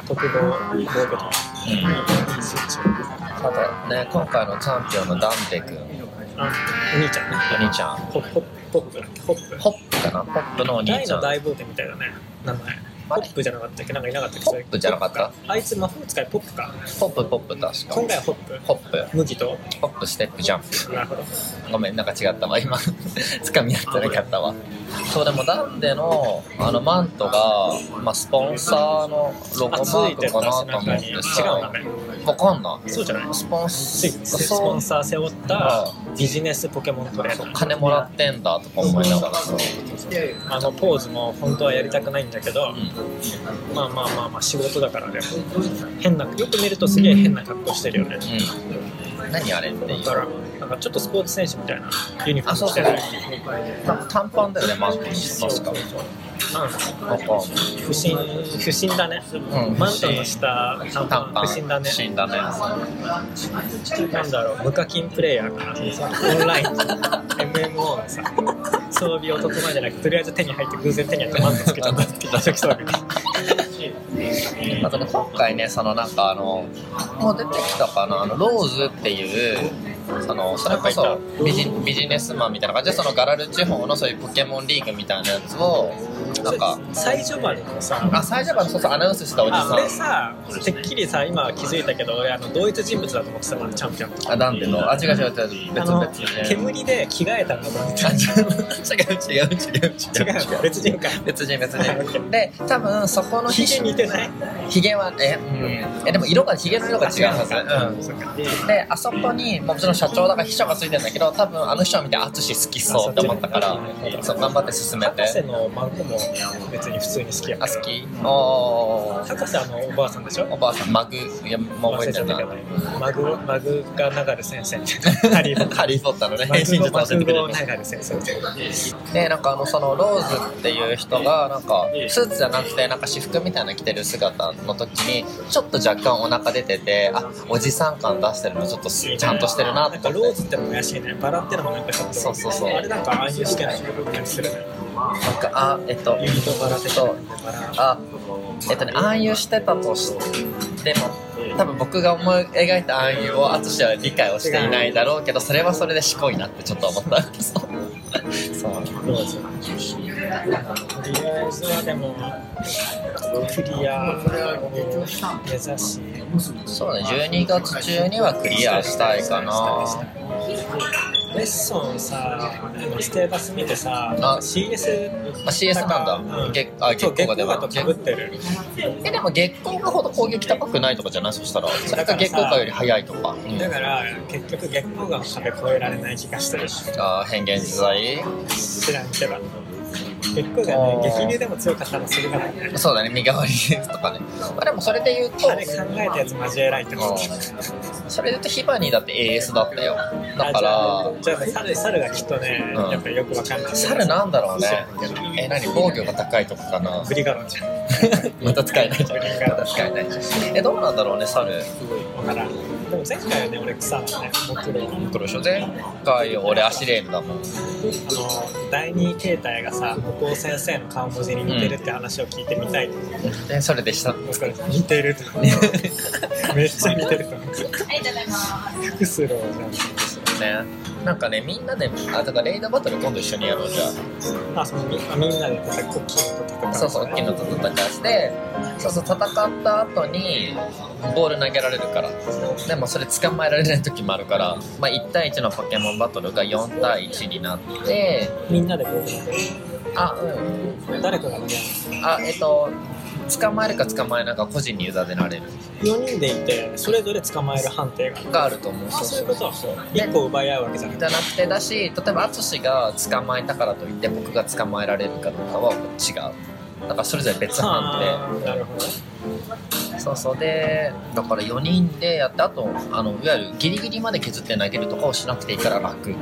Speaker 1: 特防防御とかいい数値
Speaker 2: ただね、今回のチャンピオンのダンベ君、
Speaker 1: あお兄ちゃんね
Speaker 2: お兄ちゃん、
Speaker 1: ホップホップだっけホップ
Speaker 2: ホップかなホップのお兄
Speaker 1: 大
Speaker 2: ちゃ
Speaker 1: の
Speaker 2: ん。
Speaker 1: 大冒険みたいだね名前ポップじゃなかったっけなんかいなかったっけ
Speaker 2: ポップじゃなかった
Speaker 1: あいつ魔法使いポップか
Speaker 2: ポップポップ確
Speaker 1: 今
Speaker 2: か。
Speaker 1: 回はホップ
Speaker 2: ホップ、
Speaker 1: 麦と
Speaker 2: ホップ、ステップ、ジャン
Speaker 1: なるほど
Speaker 2: プ。ごめん、なんか違ったわ、今。 つかみ合ってなかったわ。そう、でもダンデの、あの、マントが、まあ、スポンサーのロゴマ
Speaker 1: あつい
Speaker 2: ー
Speaker 1: て
Speaker 2: クか
Speaker 1: るな背
Speaker 2: なと思
Speaker 1: 中
Speaker 2: うん
Speaker 1: に違う
Speaker 2: で
Speaker 1: ん
Speaker 2: すよ。
Speaker 1: だね
Speaker 2: わかんない。
Speaker 1: そうじゃない
Speaker 2: スポン
Speaker 1: ス
Speaker 2: サー、
Speaker 1: スポ
Speaker 2: そう、
Speaker 1: ンサー背負ったビジネスポケモントレーナー
Speaker 2: 金もらってんだとか思いながらさ。
Speaker 1: あのポーズも本当はやりたくないんだけ
Speaker 2: う
Speaker 1: ど、
Speaker 2: ん。
Speaker 1: まあまあまあまあ仕事だからね変なよく見るとすげえ変な格好してるよね
Speaker 2: うん。何あれってい
Speaker 1: だ
Speaker 2: う。
Speaker 1: からなんかちょっとスポーツ選手みたいなユニフォ
Speaker 2: あ、
Speaker 1: ー
Speaker 2: そ
Speaker 1: ム
Speaker 2: うそ
Speaker 1: して
Speaker 2: う
Speaker 1: る。
Speaker 2: 短短パンだよね、マントに。確か。
Speaker 1: なんか
Speaker 2: なんか、
Speaker 1: 不審不審だね、
Speaker 2: ん
Speaker 1: マントの下短
Speaker 2: 短
Speaker 1: パ
Speaker 2: パ
Speaker 1: ン
Speaker 2: ン。
Speaker 1: 不審だね
Speaker 2: 死んだね。
Speaker 1: なんだろう無課金プレイヤーかなオンライン MMO のさ装備を整えてなくとりあえず手に入って偶然手に入ってマントつけちゃったっていう初期装備が
Speaker 2: あとね、今回ね、そのなんかあの、もう出てきたかな、あの、ローズっていう、その、それこそビジビジネスマンみたいな感じで、そのガラル地方のそういうポケモンリーグみたいなやつを、 なんか、
Speaker 1: 最序盤のさ
Speaker 2: あ、最初からそうそうアナウンスしたおじ
Speaker 1: あ俺
Speaker 2: さ
Speaker 1: さてっきりさ今気づいたけど俺あの同一人物だと思ってたからチャンピオン
Speaker 2: ん。あ、なんでの、あ、違う違う違う、別々
Speaker 1: あの
Speaker 2: ね。
Speaker 1: 煙で着替えたんだと思って
Speaker 2: あ
Speaker 1: た
Speaker 2: 違う違う違う違う違う
Speaker 1: 違う別人か
Speaker 2: 別人別 人で多分そこの
Speaker 1: ひげ似てない
Speaker 2: ひげはえ,、うん、えでも色がひげの色が違うはず、うん、
Speaker 1: そっか
Speaker 2: であそこにもちろん社長だから秘書がついてるんだけど多分あの人を見て淳好きそうって思ったからそう頑張って進め
Speaker 1: 博士
Speaker 2: て
Speaker 1: の孫も別に普通に好きや
Speaker 2: あ好きおー
Speaker 1: 博士あのおばあさんでしょ
Speaker 2: おばあさんマグいやもう
Speaker 1: 忘
Speaker 2: 覚え
Speaker 1: れ
Speaker 2: て
Speaker 1: ちゃ
Speaker 2: る
Speaker 1: った
Speaker 2: な
Speaker 1: けどマグマグが流る先生みた いなハリー・ポッタ
Speaker 2: ハリー・ポッターのね
Speaker 1: ー
Speaker 2: 変身術
Speaker 1: マ
Speaker 2: 教えて
Speaker 1: グ
Speaker 2: くれ
Speaker 1: 語
Speaker 2: る
Speaker 1: 流る先生みたいな
Speaker 2: でなんかあのそのローズっていう人がなんかスーツじゃなくてなんか私服みたいなの着てる姿の時にちょっと若干お腹出ててあおじさん感出してるのちょっとすちゃんとしてるな
Speaker 1: なん
Speaker 2: と
Speaker 1: か
Speaker 2: 思
Speaker 1: ロー
Speaker 2: って
Speaker 1: ズってのも怪しいねバラってのもなんかちょっと
Speaker 2: そうそうそう
Speaker 1: あれなんかああいう試験の感じするね
Speaker 2: なんかあえっと
Speaker 1: ユニとバラ的
Speaker 2: そう
Speaker 1: なバラ
Speaker 2: あえっとねああいうしてたとしても多分僕が思い描いたああいうを淳は理解をしていないだろうけどそれはそれでしこいなってちょっと思ったそうそう
Speaker 1: ローズとりあえずはでもクリアを目指し
Speaker 2: そうね12月中にはクリアしたいかな
Speaker 1: レッソンさステータス見てさ CS
Speaker 2: あ CS な
Speaker 1: うんん
Speaker 2: だ、月あ月
Speaker 1: そう
Speaker 2: 光が出
Speaker 1: 月光
Speaker 2: ま
Speaker 1: がとかぶってる
Speaker 2: えでも月光がほど攻撃高くないとかじゃないそしたらそれか月光がより早いとか、うん
Speaker 1: だから結局月光がの壁越えられない気がしてる
Speaker 2: あー変幻自在
Speaker 1: 知らんけど月光がね激流でも強かったのするからね
Speaker 2: そうだね身代わりですとかね、まあ、でもそれで言うと
Speaker 1: あれ考えたやつマジ偉いって思って
Speaker 2: それで言うとヒバニーだって AS だったよだか
Speaker 1: あ
Speaker 2: ら
Speaker 1: じゃあじゃあ猿猿がきっとね、
Speaker 2: うん
Speaker 1: やっぱよくわかんない
Speaker 2: 猿なんだろうねえ何防御が高いとかか な
Speaker 1: ブリガロンじゃん
Speaker 2: また使えないじゃん
Speaker 1: ブリ
Speaker 2: ま
Speaker 1: ガロ
Speaker 2: た使えないえどうなんだろうね猿
Speaker 1: ンわからんでも前回はね俺草のね僕のあの
Speaker 2: 黒でしょ前回俺アシレーヌだもん
Speaker 1: 第二形態がさ向こう先生の顔文字に似てるって話を聞いてみたいと思って、
Speaker 2: でそれでした
Speaker 1: これ似てると思ってめっちゃ似てると思って複数郎じゃん
Speaker 2: ねなんかねみんなであだからレイダーバトル今度一緒にやろうじゃあ
Speaker 1: あそのみあみんなでこうさこうキーと戦う
Speaker 2: そうそう、大きいのと戦して、そうそう、戦った後に、ボール投げられるから。でもそれ捕まえられない時もあるから、まあ1対1のポケモンバトルが4対1になって、
Speaker 1: みんなでこう
Speaker 2: あ、うん。
Speaker 1: 誰かがね
Speaker 2: あ、えっと、捕まえるか捕まえないか個人に委ねられる。
Speaker 1: 4人でいてそれぞれ捕まえる判定が
Speaker 2: があると思う。そ
Speaker 1: あ
Speaker 2: うそ
Speaker 1: そうい
Speaker 2: うう。
Speaker 1: ことはそう1個奪い合うわけじゃなく
Speaker 2: じ
Speaker 1: て
Speaker 2: ゃなくてだし、例えば淳が捕まえたからといって僕が捕まえられるかどうかは違う。だからそれぞれ別判定。
Speaker 1: あーなるほど
Speaker 2: そうそうでだから4人でやってあとあのいわゆるギリギリまで削って投げるとかをしなくていいから楽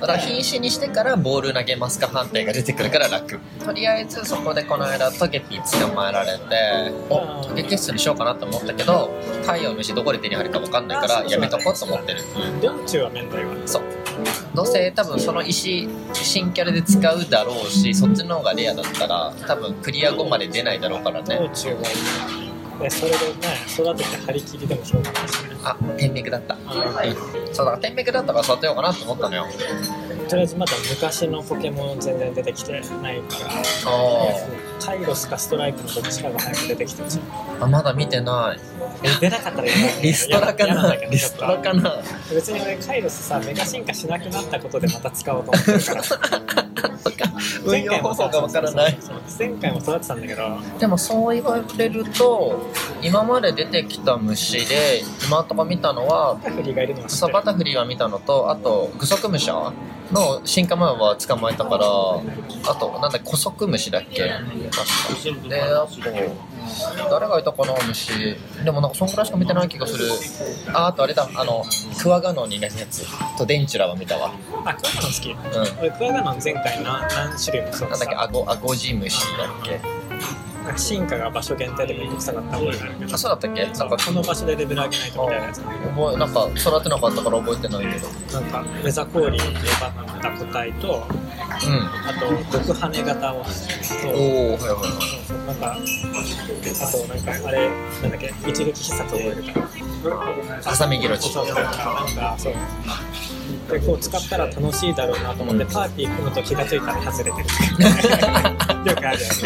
Speaker 2: だから瀕死にしてからボール投げますか判定が出てくるから楽とりあえずそこでこの間トゲピー捕まえられておトゲキッスにしようかなと思ったけど太陽の虫どこで手に入るか分かんないか
Speaker 1: あ
Speaker 2: ら
Speaker 1: そうそう
Speaker 2: やめとこうと思ってる
Speaker 1: 道中は面倒よ
Speaker 2: そうどうせ多分その石新キャラで使うだろうしそっちの方がレアだったら多分クリア後まで出ないだろうからね
Speaker 1: 道中はいいでそれでね育てて張り切りでもしょうがないしね
Speaker 2: あ天竺だった
Speaker 1: あ
Speaker 2: そうだ、天竺だったから育てようかなと思ったのよ。
Speaker 1: ーとりあえずまだ昔のポケモン全然出てきてないからカイロスかストライクのどっちかが早く出てきてほしい
Speaker 2: あ、まだ見てない。
Speaker 1: え出なかったらやばい
Speaker 2: リストラか
Speaker 1: やば
Speaker 2: ない
Speaker 1: やばい
Speaker 2: リストラかな
Speaker 1: 別に俺カイロスさメガ進化しなくなったことでまた使おうと思ってるから
Speaker 2: 運用方法がわからない。
Speaker 1: 前回も育てたんだけど
Speaker 2: でもそう言われると、今まで出てきた虫で、今のとこ見たのは、
Speaker 1: バタフリーがいるのは知って
Speaker 2: サ
Speaker 1: る
Speaker 2: バタフリーは見たのと、あと、グソクムシャの進化前は捕まえたから、あと、なんだ、コソクムシだっけ確か。で、あと、誰がいたかな、虫。でもなんか、そんぐらいしか見てない気がする。あ、あとあれだ、あの、クワガノンになるやつとデンチュラは見たわ。
Speaker 1: あクワガノン好き
Speaker 2: うん。
Speaker 1: 俺クワガノン前回何何種類も育
Speaker 2: なんだ
Speaker 1: て
Speaker 2: っけ、
Speaker 1: た
Speaker 2: アゴ、アゴジムシだっけ。
Speaker 1: なんか進化が場所限定でめんどくさかった覚えがあるけど
Speaker 2: あ、そうだったっけなんか、
Speaker 1: この場所でレベル上げないとみたいなやつなん
Speaker 2: 覚え、なんか、育てなかったから覚えてないけど。
Speaker 1: かメザコーリーって呼ばれた個体とあと毒羽型を
Speaker 2: うん。
Speaker 1: と
Speaker 2: おおはいはいはい。
Speaker 1: なんかあとなんかあれなんだっけ一撃必殺覚えるから
Speaker 2: ハサミギロチ。
Speaker 1: そうそうなんかそうでこう使ったら楽しいだろうなと思って、
Speaker 2: うん
Speaker 1: パーティー組むと気がついたら外れてる
Speaker 2: よ
Speaker 1: よくあるよね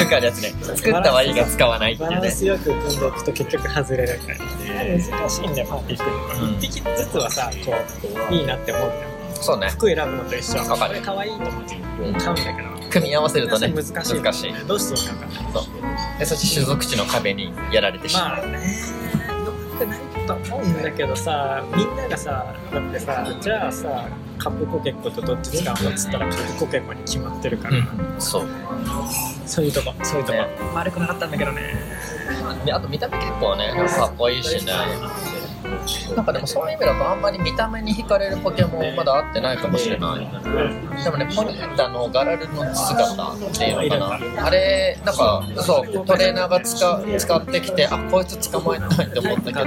Speaker 2: くあるやつね。作ったはいいが使わないってい
Speaker 1: バ
Speaker 2: う
Speaker 1: ラン
Speaker 2: ね。
Speaker 1: スよく組んでいくと結局外れるみたいな難しいんだよパーティー組む
Speaker 2: うん
Speaker 1: の1匹ずつはさこういいなって思うんだよ
Speaker 2: そうね。
Speaker 1: 服選ぶのと一緒
Speaker 2: わかる
Speaker 1: これ可愛いと思って買うんだけど
Speaker 2: 組み合わせるとね、
Speaker 1: 難
Speaker 2: 難
Speaker 1: し
Speaker 2: し
Speaker 1: い
Speaker 2: い。
Speaker 1: どうしてもかんない
Speaker 2: そうで、そして種族地の壁にやられてしまう。
Speaker 1: まあね良くないと思うんだけどさみんながさだってさじゃあさカップコケッコとどっち使うのっつったらカップコケッコに決まってるから、
Speaker 2: うん、そう。
Speaker 1: そういうとこそういうとこ、
Speaker 2: ね
Speaker 1: 悪くなかったんだけどね
Speaker 2: で、あと見た目結構ね、かっこいいしね。なんかでもそういう意味だとあんまり見た目に惹かれるポケモンまだ合ってないかもしれない。でもね、ポニータのガラルの姿っていうのかな。あれ、なんか、そう、トレーナーが使使ってきて、あ、こいつ捕まえたいって思ったけど、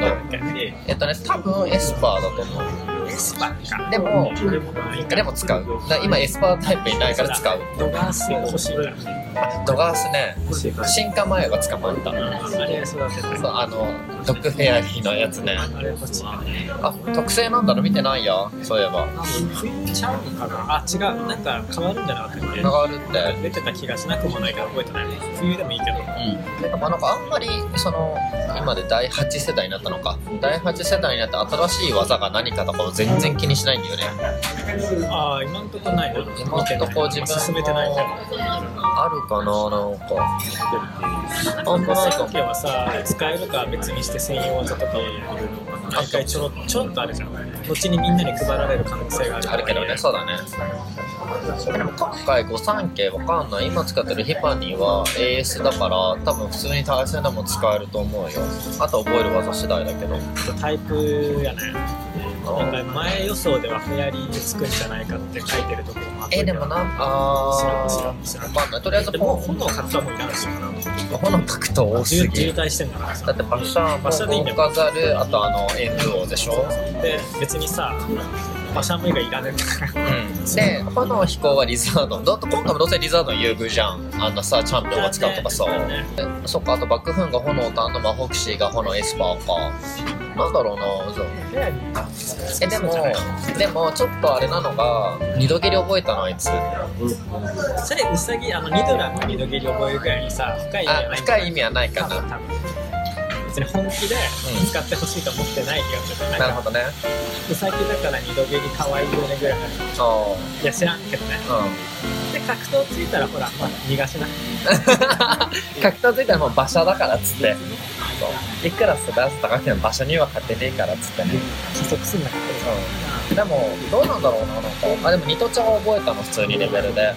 Speaker 2: えっとね、多分エスパーだと思う。
Speaker 1: エスパーか
Speaker 2: でも、で
Speaker 1: で
Speaker 2: も使う。だから今エスパータイプいないから使う。
Speaker 1: ドガース欲しいな
Speaker 2: あドガースね、
Speaker 1: 欲しいから
Speaker 2: 進化前は捕まえた。
Speaker 1: あれ育てたい
Speaker 2: そう、あの、ドッグフェアリーのやつね。
Speaker 1: あれ欲しいな
Speaker 2: あ、特性なんだろ見てないよ。そういえば。
Speaker 1: 冬ちゃうのかなあ違うなんか変わるんじゃなかったっけ
Speaker 2: 長あるって。
Speaker 1: 出てた気がしなくもないから覚えてない冬でもいいけど
Speaker 2: うん、でもなんかあんまりその今で第8世代になったのか第8世代になって新しい技が何かとかを全然気にしないんだよね
Speaker 1: ああ今んとこないな
Speaker 2: 今んとこ自分の
Speaker 1: 進めてないね
Speaker 2: あるかななんか
Speaker 1: あんまない時はさ使えるか別にして専用技とかを毎回ちょろちょろっとあるじゃん後にみんなに配られる可能性があるから
Speaker 2: あるけどねそうだねでも今回御三家わかんない今使ってるヒパニーは AS だから多分普通に対戦でも使えると思うよあと覚える技次第だけど
Speaker 1: タイプやねなんか前予想では流行りにつくんじゃないかって書いてるところもあった
Speaker 2: え
Speaker 1: けど
Speaker 2: でもなん
Speaker 1: 知らん知ら
Speaker 2: あ
Speaker 1: ん知ら
Speaker 2: ー
Speaker 1: ん
Speaker 2: わかんないとりあえず
Speaker 1: で
Speaker 2: ポ
Speaker 1: も
Speaker 2: ン
Speaker 1: 本能買ったもんいらないしな
Speaker 2: 炎パクト多す
Speaker 1: 渋
Speaker 2: ぎ
Speaker 1: 渋
Speaker 2: る
Speaker 1: 滞してんだからさ
Speaker 2: だってパクシャン、パ
Speaker 1: パク
Speaker 2: ク
Speaker 1: シ
Speaker 2: シ
Speaker 1: ャンでいいんだよ
Speaker 2: ャン、飾る、あとあの、エンドウでしょ
Speaker 1: で別にさ馬車も以外いらねえから
Speaker 2: うん、で炎の飛行はリザードンだって今回もどうせリザードン優遇じゃんあんなさチャンピオンが使うとかさそっかあとバックフンが炎とあのマホクシーが炎エスパーかなんだろうなそうえでもでもちょっとあれなのが二度蹴り覚えたのあいつ
Speaker 1: それウサギあのニドラの二度蹴り覚えるぐらいにさ深い意味は
Speaker 2: あ
Speaker 1: ない
Speaker 2: 深い意味はないか
Speaker 1: 多分
Speaker 2: な
Speaker 1: 多分別に本気で使ってほしいと思ってない気がする、
Speaker 2: な
Speaker 1: な
Speaker 2: る
Speaker 1: んか
Speaker 2: ほどね
Speaker 1: ウサギだから二度蹴り可愛いよねぐらいなの
Speaker 2: あ
Speaker 1: いや知らんけどね
Speaker 2: あうん
Speaker 1: で格闘ついたらほらまだ逃がしな
Speaker 2: 格闘ついたらもう馬車だからっつってそういくらスラス高くても馬車には勝てねえからっつってね
Speaker 1: 加速すんなかった
Speaker 2: うんでもどうなんだろうななんかあでもニトチャは覚えたの普通にレベルで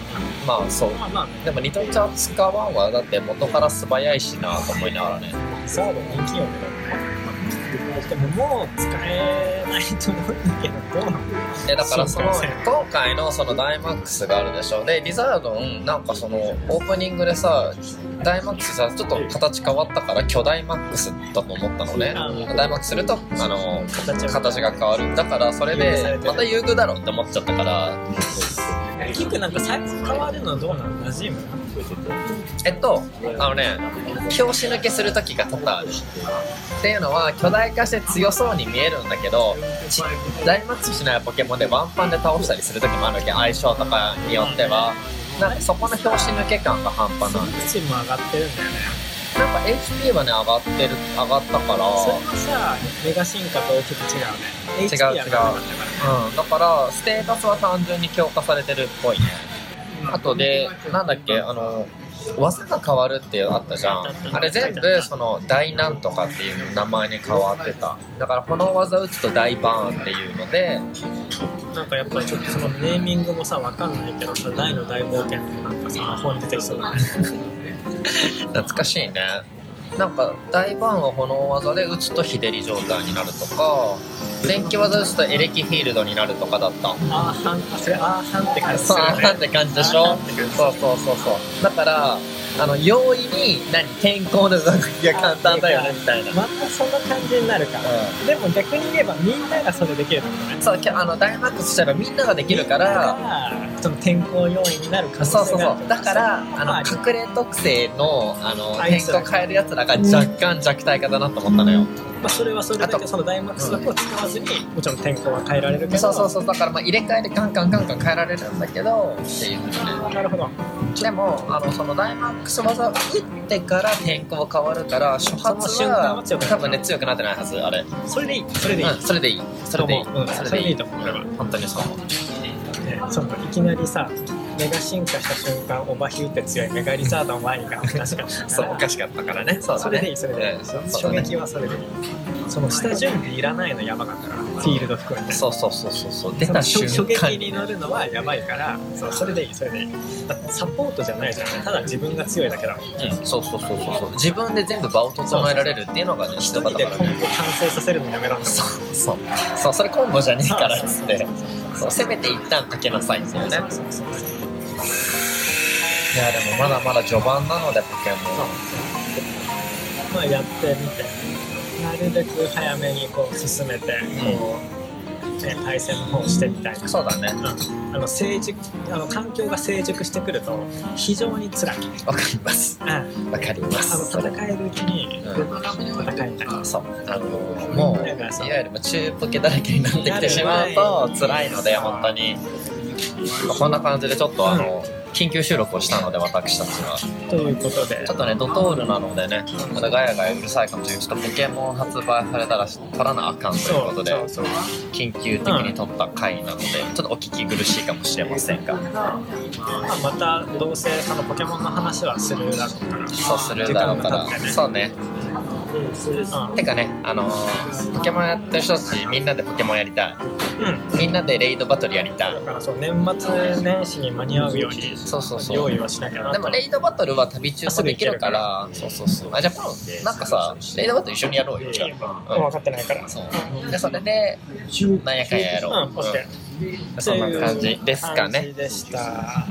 Speaker 2: まあそう
Speaker 1: まあまあね
Speaker 2: でもニトチャ使わんはだって元から素早いしなと思いながらね
Speaker 1: サード人気よねでももう使えないと思うんだけどどうなの
Speaker 2: えだからその
Speaker 1: そうか
Speaker 2: 今回のそのダイマックスがあるでしょでリザードンなんかそのオープニングでさダイマックスさちょっと形変わったから巨大マックスだと思ったのねダイマックスするとあの
Speaker 1: 形
Speaker 2: 形が変わるだからそれでまた優遇だろうって思っちゃったから
Speaker 1: キックなんかサイズ変わるのどうなの馴染む
Speaker 2: えっとあのね拍子抜けする時が多々あるっていうのは巨大化して強そうに見えるんだけどち大マッチしないポケモンでワンパンで倒したりする時もあるわけ相性とかによってはなんかそこの拍子抜け感が半端ない
Speaker 1: チーム上がってるんだよね
Speaker 2: なんか HP はね上がってる上がったか
Speaker 1: それ
Speaker 2: ら
Speaker 1: もさメガ進化と大きく違
Speaker 2: 違
Speaker 1: うね
Speaker 2: う
Speaker 1: HP 上がらなかったから
Speaker 2: うん、だからステータスは単純に強化されてるっぽいねあとでなんだっけあの技が変わるっていうのあったじゃんあれ全部その大なんとかっていう名前に変わってただからこの技打つと大バーンっていうので
Speaker 1: なんかやっぱりちょっとそのネーミングもさわかんないけどさ大の大冒険ってなんかさ本に出てきそうだね
Speaker 2: 懐かしいねなんか大バーンは炎技で打つと日照り状態になるとか電気技打つとエレキフィールドになるとかだった
Speaker 1: あーはんあそれあーはんって感じす
Speaker 2: そう
Speaker 1: る
Speaker 2: あー
Speaker 1: ね
Speaker 2: なんて感じでしょそうそうそうそうだからあの容易に何健康の動きが簡単だよねみたいな、
Speaker 1: またそんな感じになるから、でも逆に言えばみんながそれできるってことね
Speaker 2: そうきゃあのダイマックスしたらみんなができるから
Speaker 1: その天候要因になる可能性
Speaker 2: そ
Speaker 1: が
Speaker 2: うそうそうだからあの
Speaker 1: ある
Speaker 2: 隠れ特性のあの
Speaker 1: あいいっ
Speaker 2: 変
Speaker 1: す
Speaker 2: 更
Speaker 1: ね
Speaker 2: 変えるやつらが若干弱体化だなと思ったのよ、
Speaker 1: まあ、それはそれだけそのダイマックス枠を使わずにもちろん天候は変えられるけど
Speaker 2: そうそうそうだからまあ入れ替えでガンガンガンガン変えられるんだけどっていうね
Speaker 1: あーなるほど
Speaker 2: でもあのそのダイマックス技を打ってから天候変わるから初発
Speaker 1: その瞬間
Speaker 2: は
Speaker 1: は強くなる
Speaker 2: 多分ね強くなってないはずあれ
Speaker 1: それでいいそれでいい、
Speaker 2: うん、それでいいそれでいい、
Speaker 1: と思ううん
Speaker 2: それでいい
Speaker 1: それでいいと思う俺は
Speaker 2: 本当にそう思う
Speaker 1: ねそのいきなりさメガ進化した瞬間オバヒューって強いメガリザードンワインがおかしかったから
Speaker 2: そうおかしかったからねそうだね
Speaker 1: それでいいそれでいい、
Speaker 2: うんそう
Speaker 1: 衝
Speaker 2: だね
Speaker 1: 撃はそれでいいその下準備いらないのやばかったからフィールド含めて
Speaker 2: そうそうそうそうそう出た
Speaker 1: その
Speaker 2: 瞬間
Speaker 1: 衝撃に乗るのはやばいからそうそれでいいそれでいいだってサポートじゃないじゃんただ自分が強いだけだもん
Speaker 2: うん、そうそうそうそうそう自分で全部場を整えられるっていうのがね
Speaker 1: 一
Speaker 2: 人
Speaker 1: 人
Speaker 2: だか
Speaker 1: で
Speaker 2: ら
Speaker 1: 今
Speaker 2: ね
Speaker 1: 後完成させるのやめろって思う
Speaker 2: そうそうそうそれコンボじゃねえからっつってそうせめて一旦かけなさいっていうねいや
Speaker 1: そうそうそう
Speaker 2: でもまだまだ序盤なのでポケモン
Speaker 1: まあやってみてなるべく早めにこう進めてこう、ね、対戦の方をしてみたいな、
Speaker 2: そうだね
Speaker 1: うん、あの成熟あの環境が成熟してくると非常に辛い、
Speaker 2: わかります
Speaker 1: うん、あの
Speaker 2: わかりますそれ
Speaker 1: 戦えるうちに戦いたい
Speaker 2: そうあのもういわゆるもう中ポケだらけになってきてしまうと辛いので本当にこんな感じでちょっとあの緊急収録をしたので私たちはち
Speaker 1: ということで
Speaker 2: ょっとねドトールなのでねまだガヤガヤうるさいかもしれないちょっとポケモン発売されたら取らなあかんということで
Speaker 1: そうそうそう
Speaker 2: 緊急的に撮った回なのでちょっとお聞き苦しいかもしれませんが
Speaker 1: まあ、またどうせそのポケモンの話はするだろうから
Speaker 2: そうするだろうか
Speaker 1: 時間が経
Speaker 2: ら
Speaker 1: ってね
Speaker 2: そうね
Speaker 1: うん
Speaker 2: てかねあのーポケモンやってる人たちみんなでポケモンやりたい
Speaker 1: うん
Speaker 2: みんなでレイドバトルやりたい
Speaker 1: だからそう年末年始に間に合うように
Speaker 2: そうそうそう
Speaker 1: 用意はしなきゃな
Speaker 2: で
Speaker 1: と
Speaker 2: もレイドバトルは旅中もできるから、そうそうそう。あ、じゃあ、なんかさ、レイドバトル一緒にやろうよ。じゃあうん
Speaker 1: 分かってないから
Speaker 2: そう。で、それで、なんやかんややろう。
Speaker 1: うん、オッケー
Speaker 2: うんそんな感じですか
Speaker 1: 感
Speaker 2: ね
Speaker 1: じ。でした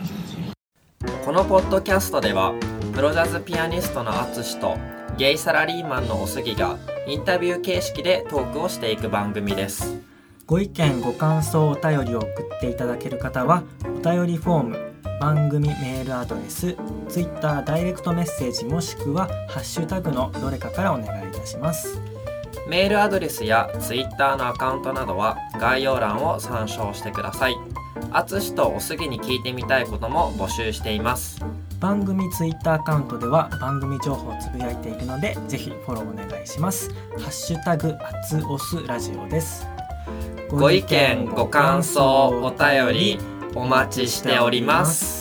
Speaker 4: このポッドキャストではプロジャズピアニストの淳とゲイサラリーマンのおすぎがインタビュー形式でトークをしていく番組です
Speaker 5: ご意見ご感想お便りを送っていただける方はお便りフォーム番組メールアドレス Twitter ダイレクトメッセージもしくは「ハッシュタグのどれか」からお願いいたします
Speaker 4: メールアドレスやツイッターのアカウントなどは概要欄を参照してください。あつしとおすぎに聞いてみたいことも募集しています。
Speaker 5: 番組 Twitter アカウントでは番組情報をつぶやいているのでぜひフォローお願いします「ハッシュタグあつおすラジオ」です
Speaker 4: ご意見、ご感想、お便り、お待ちしております。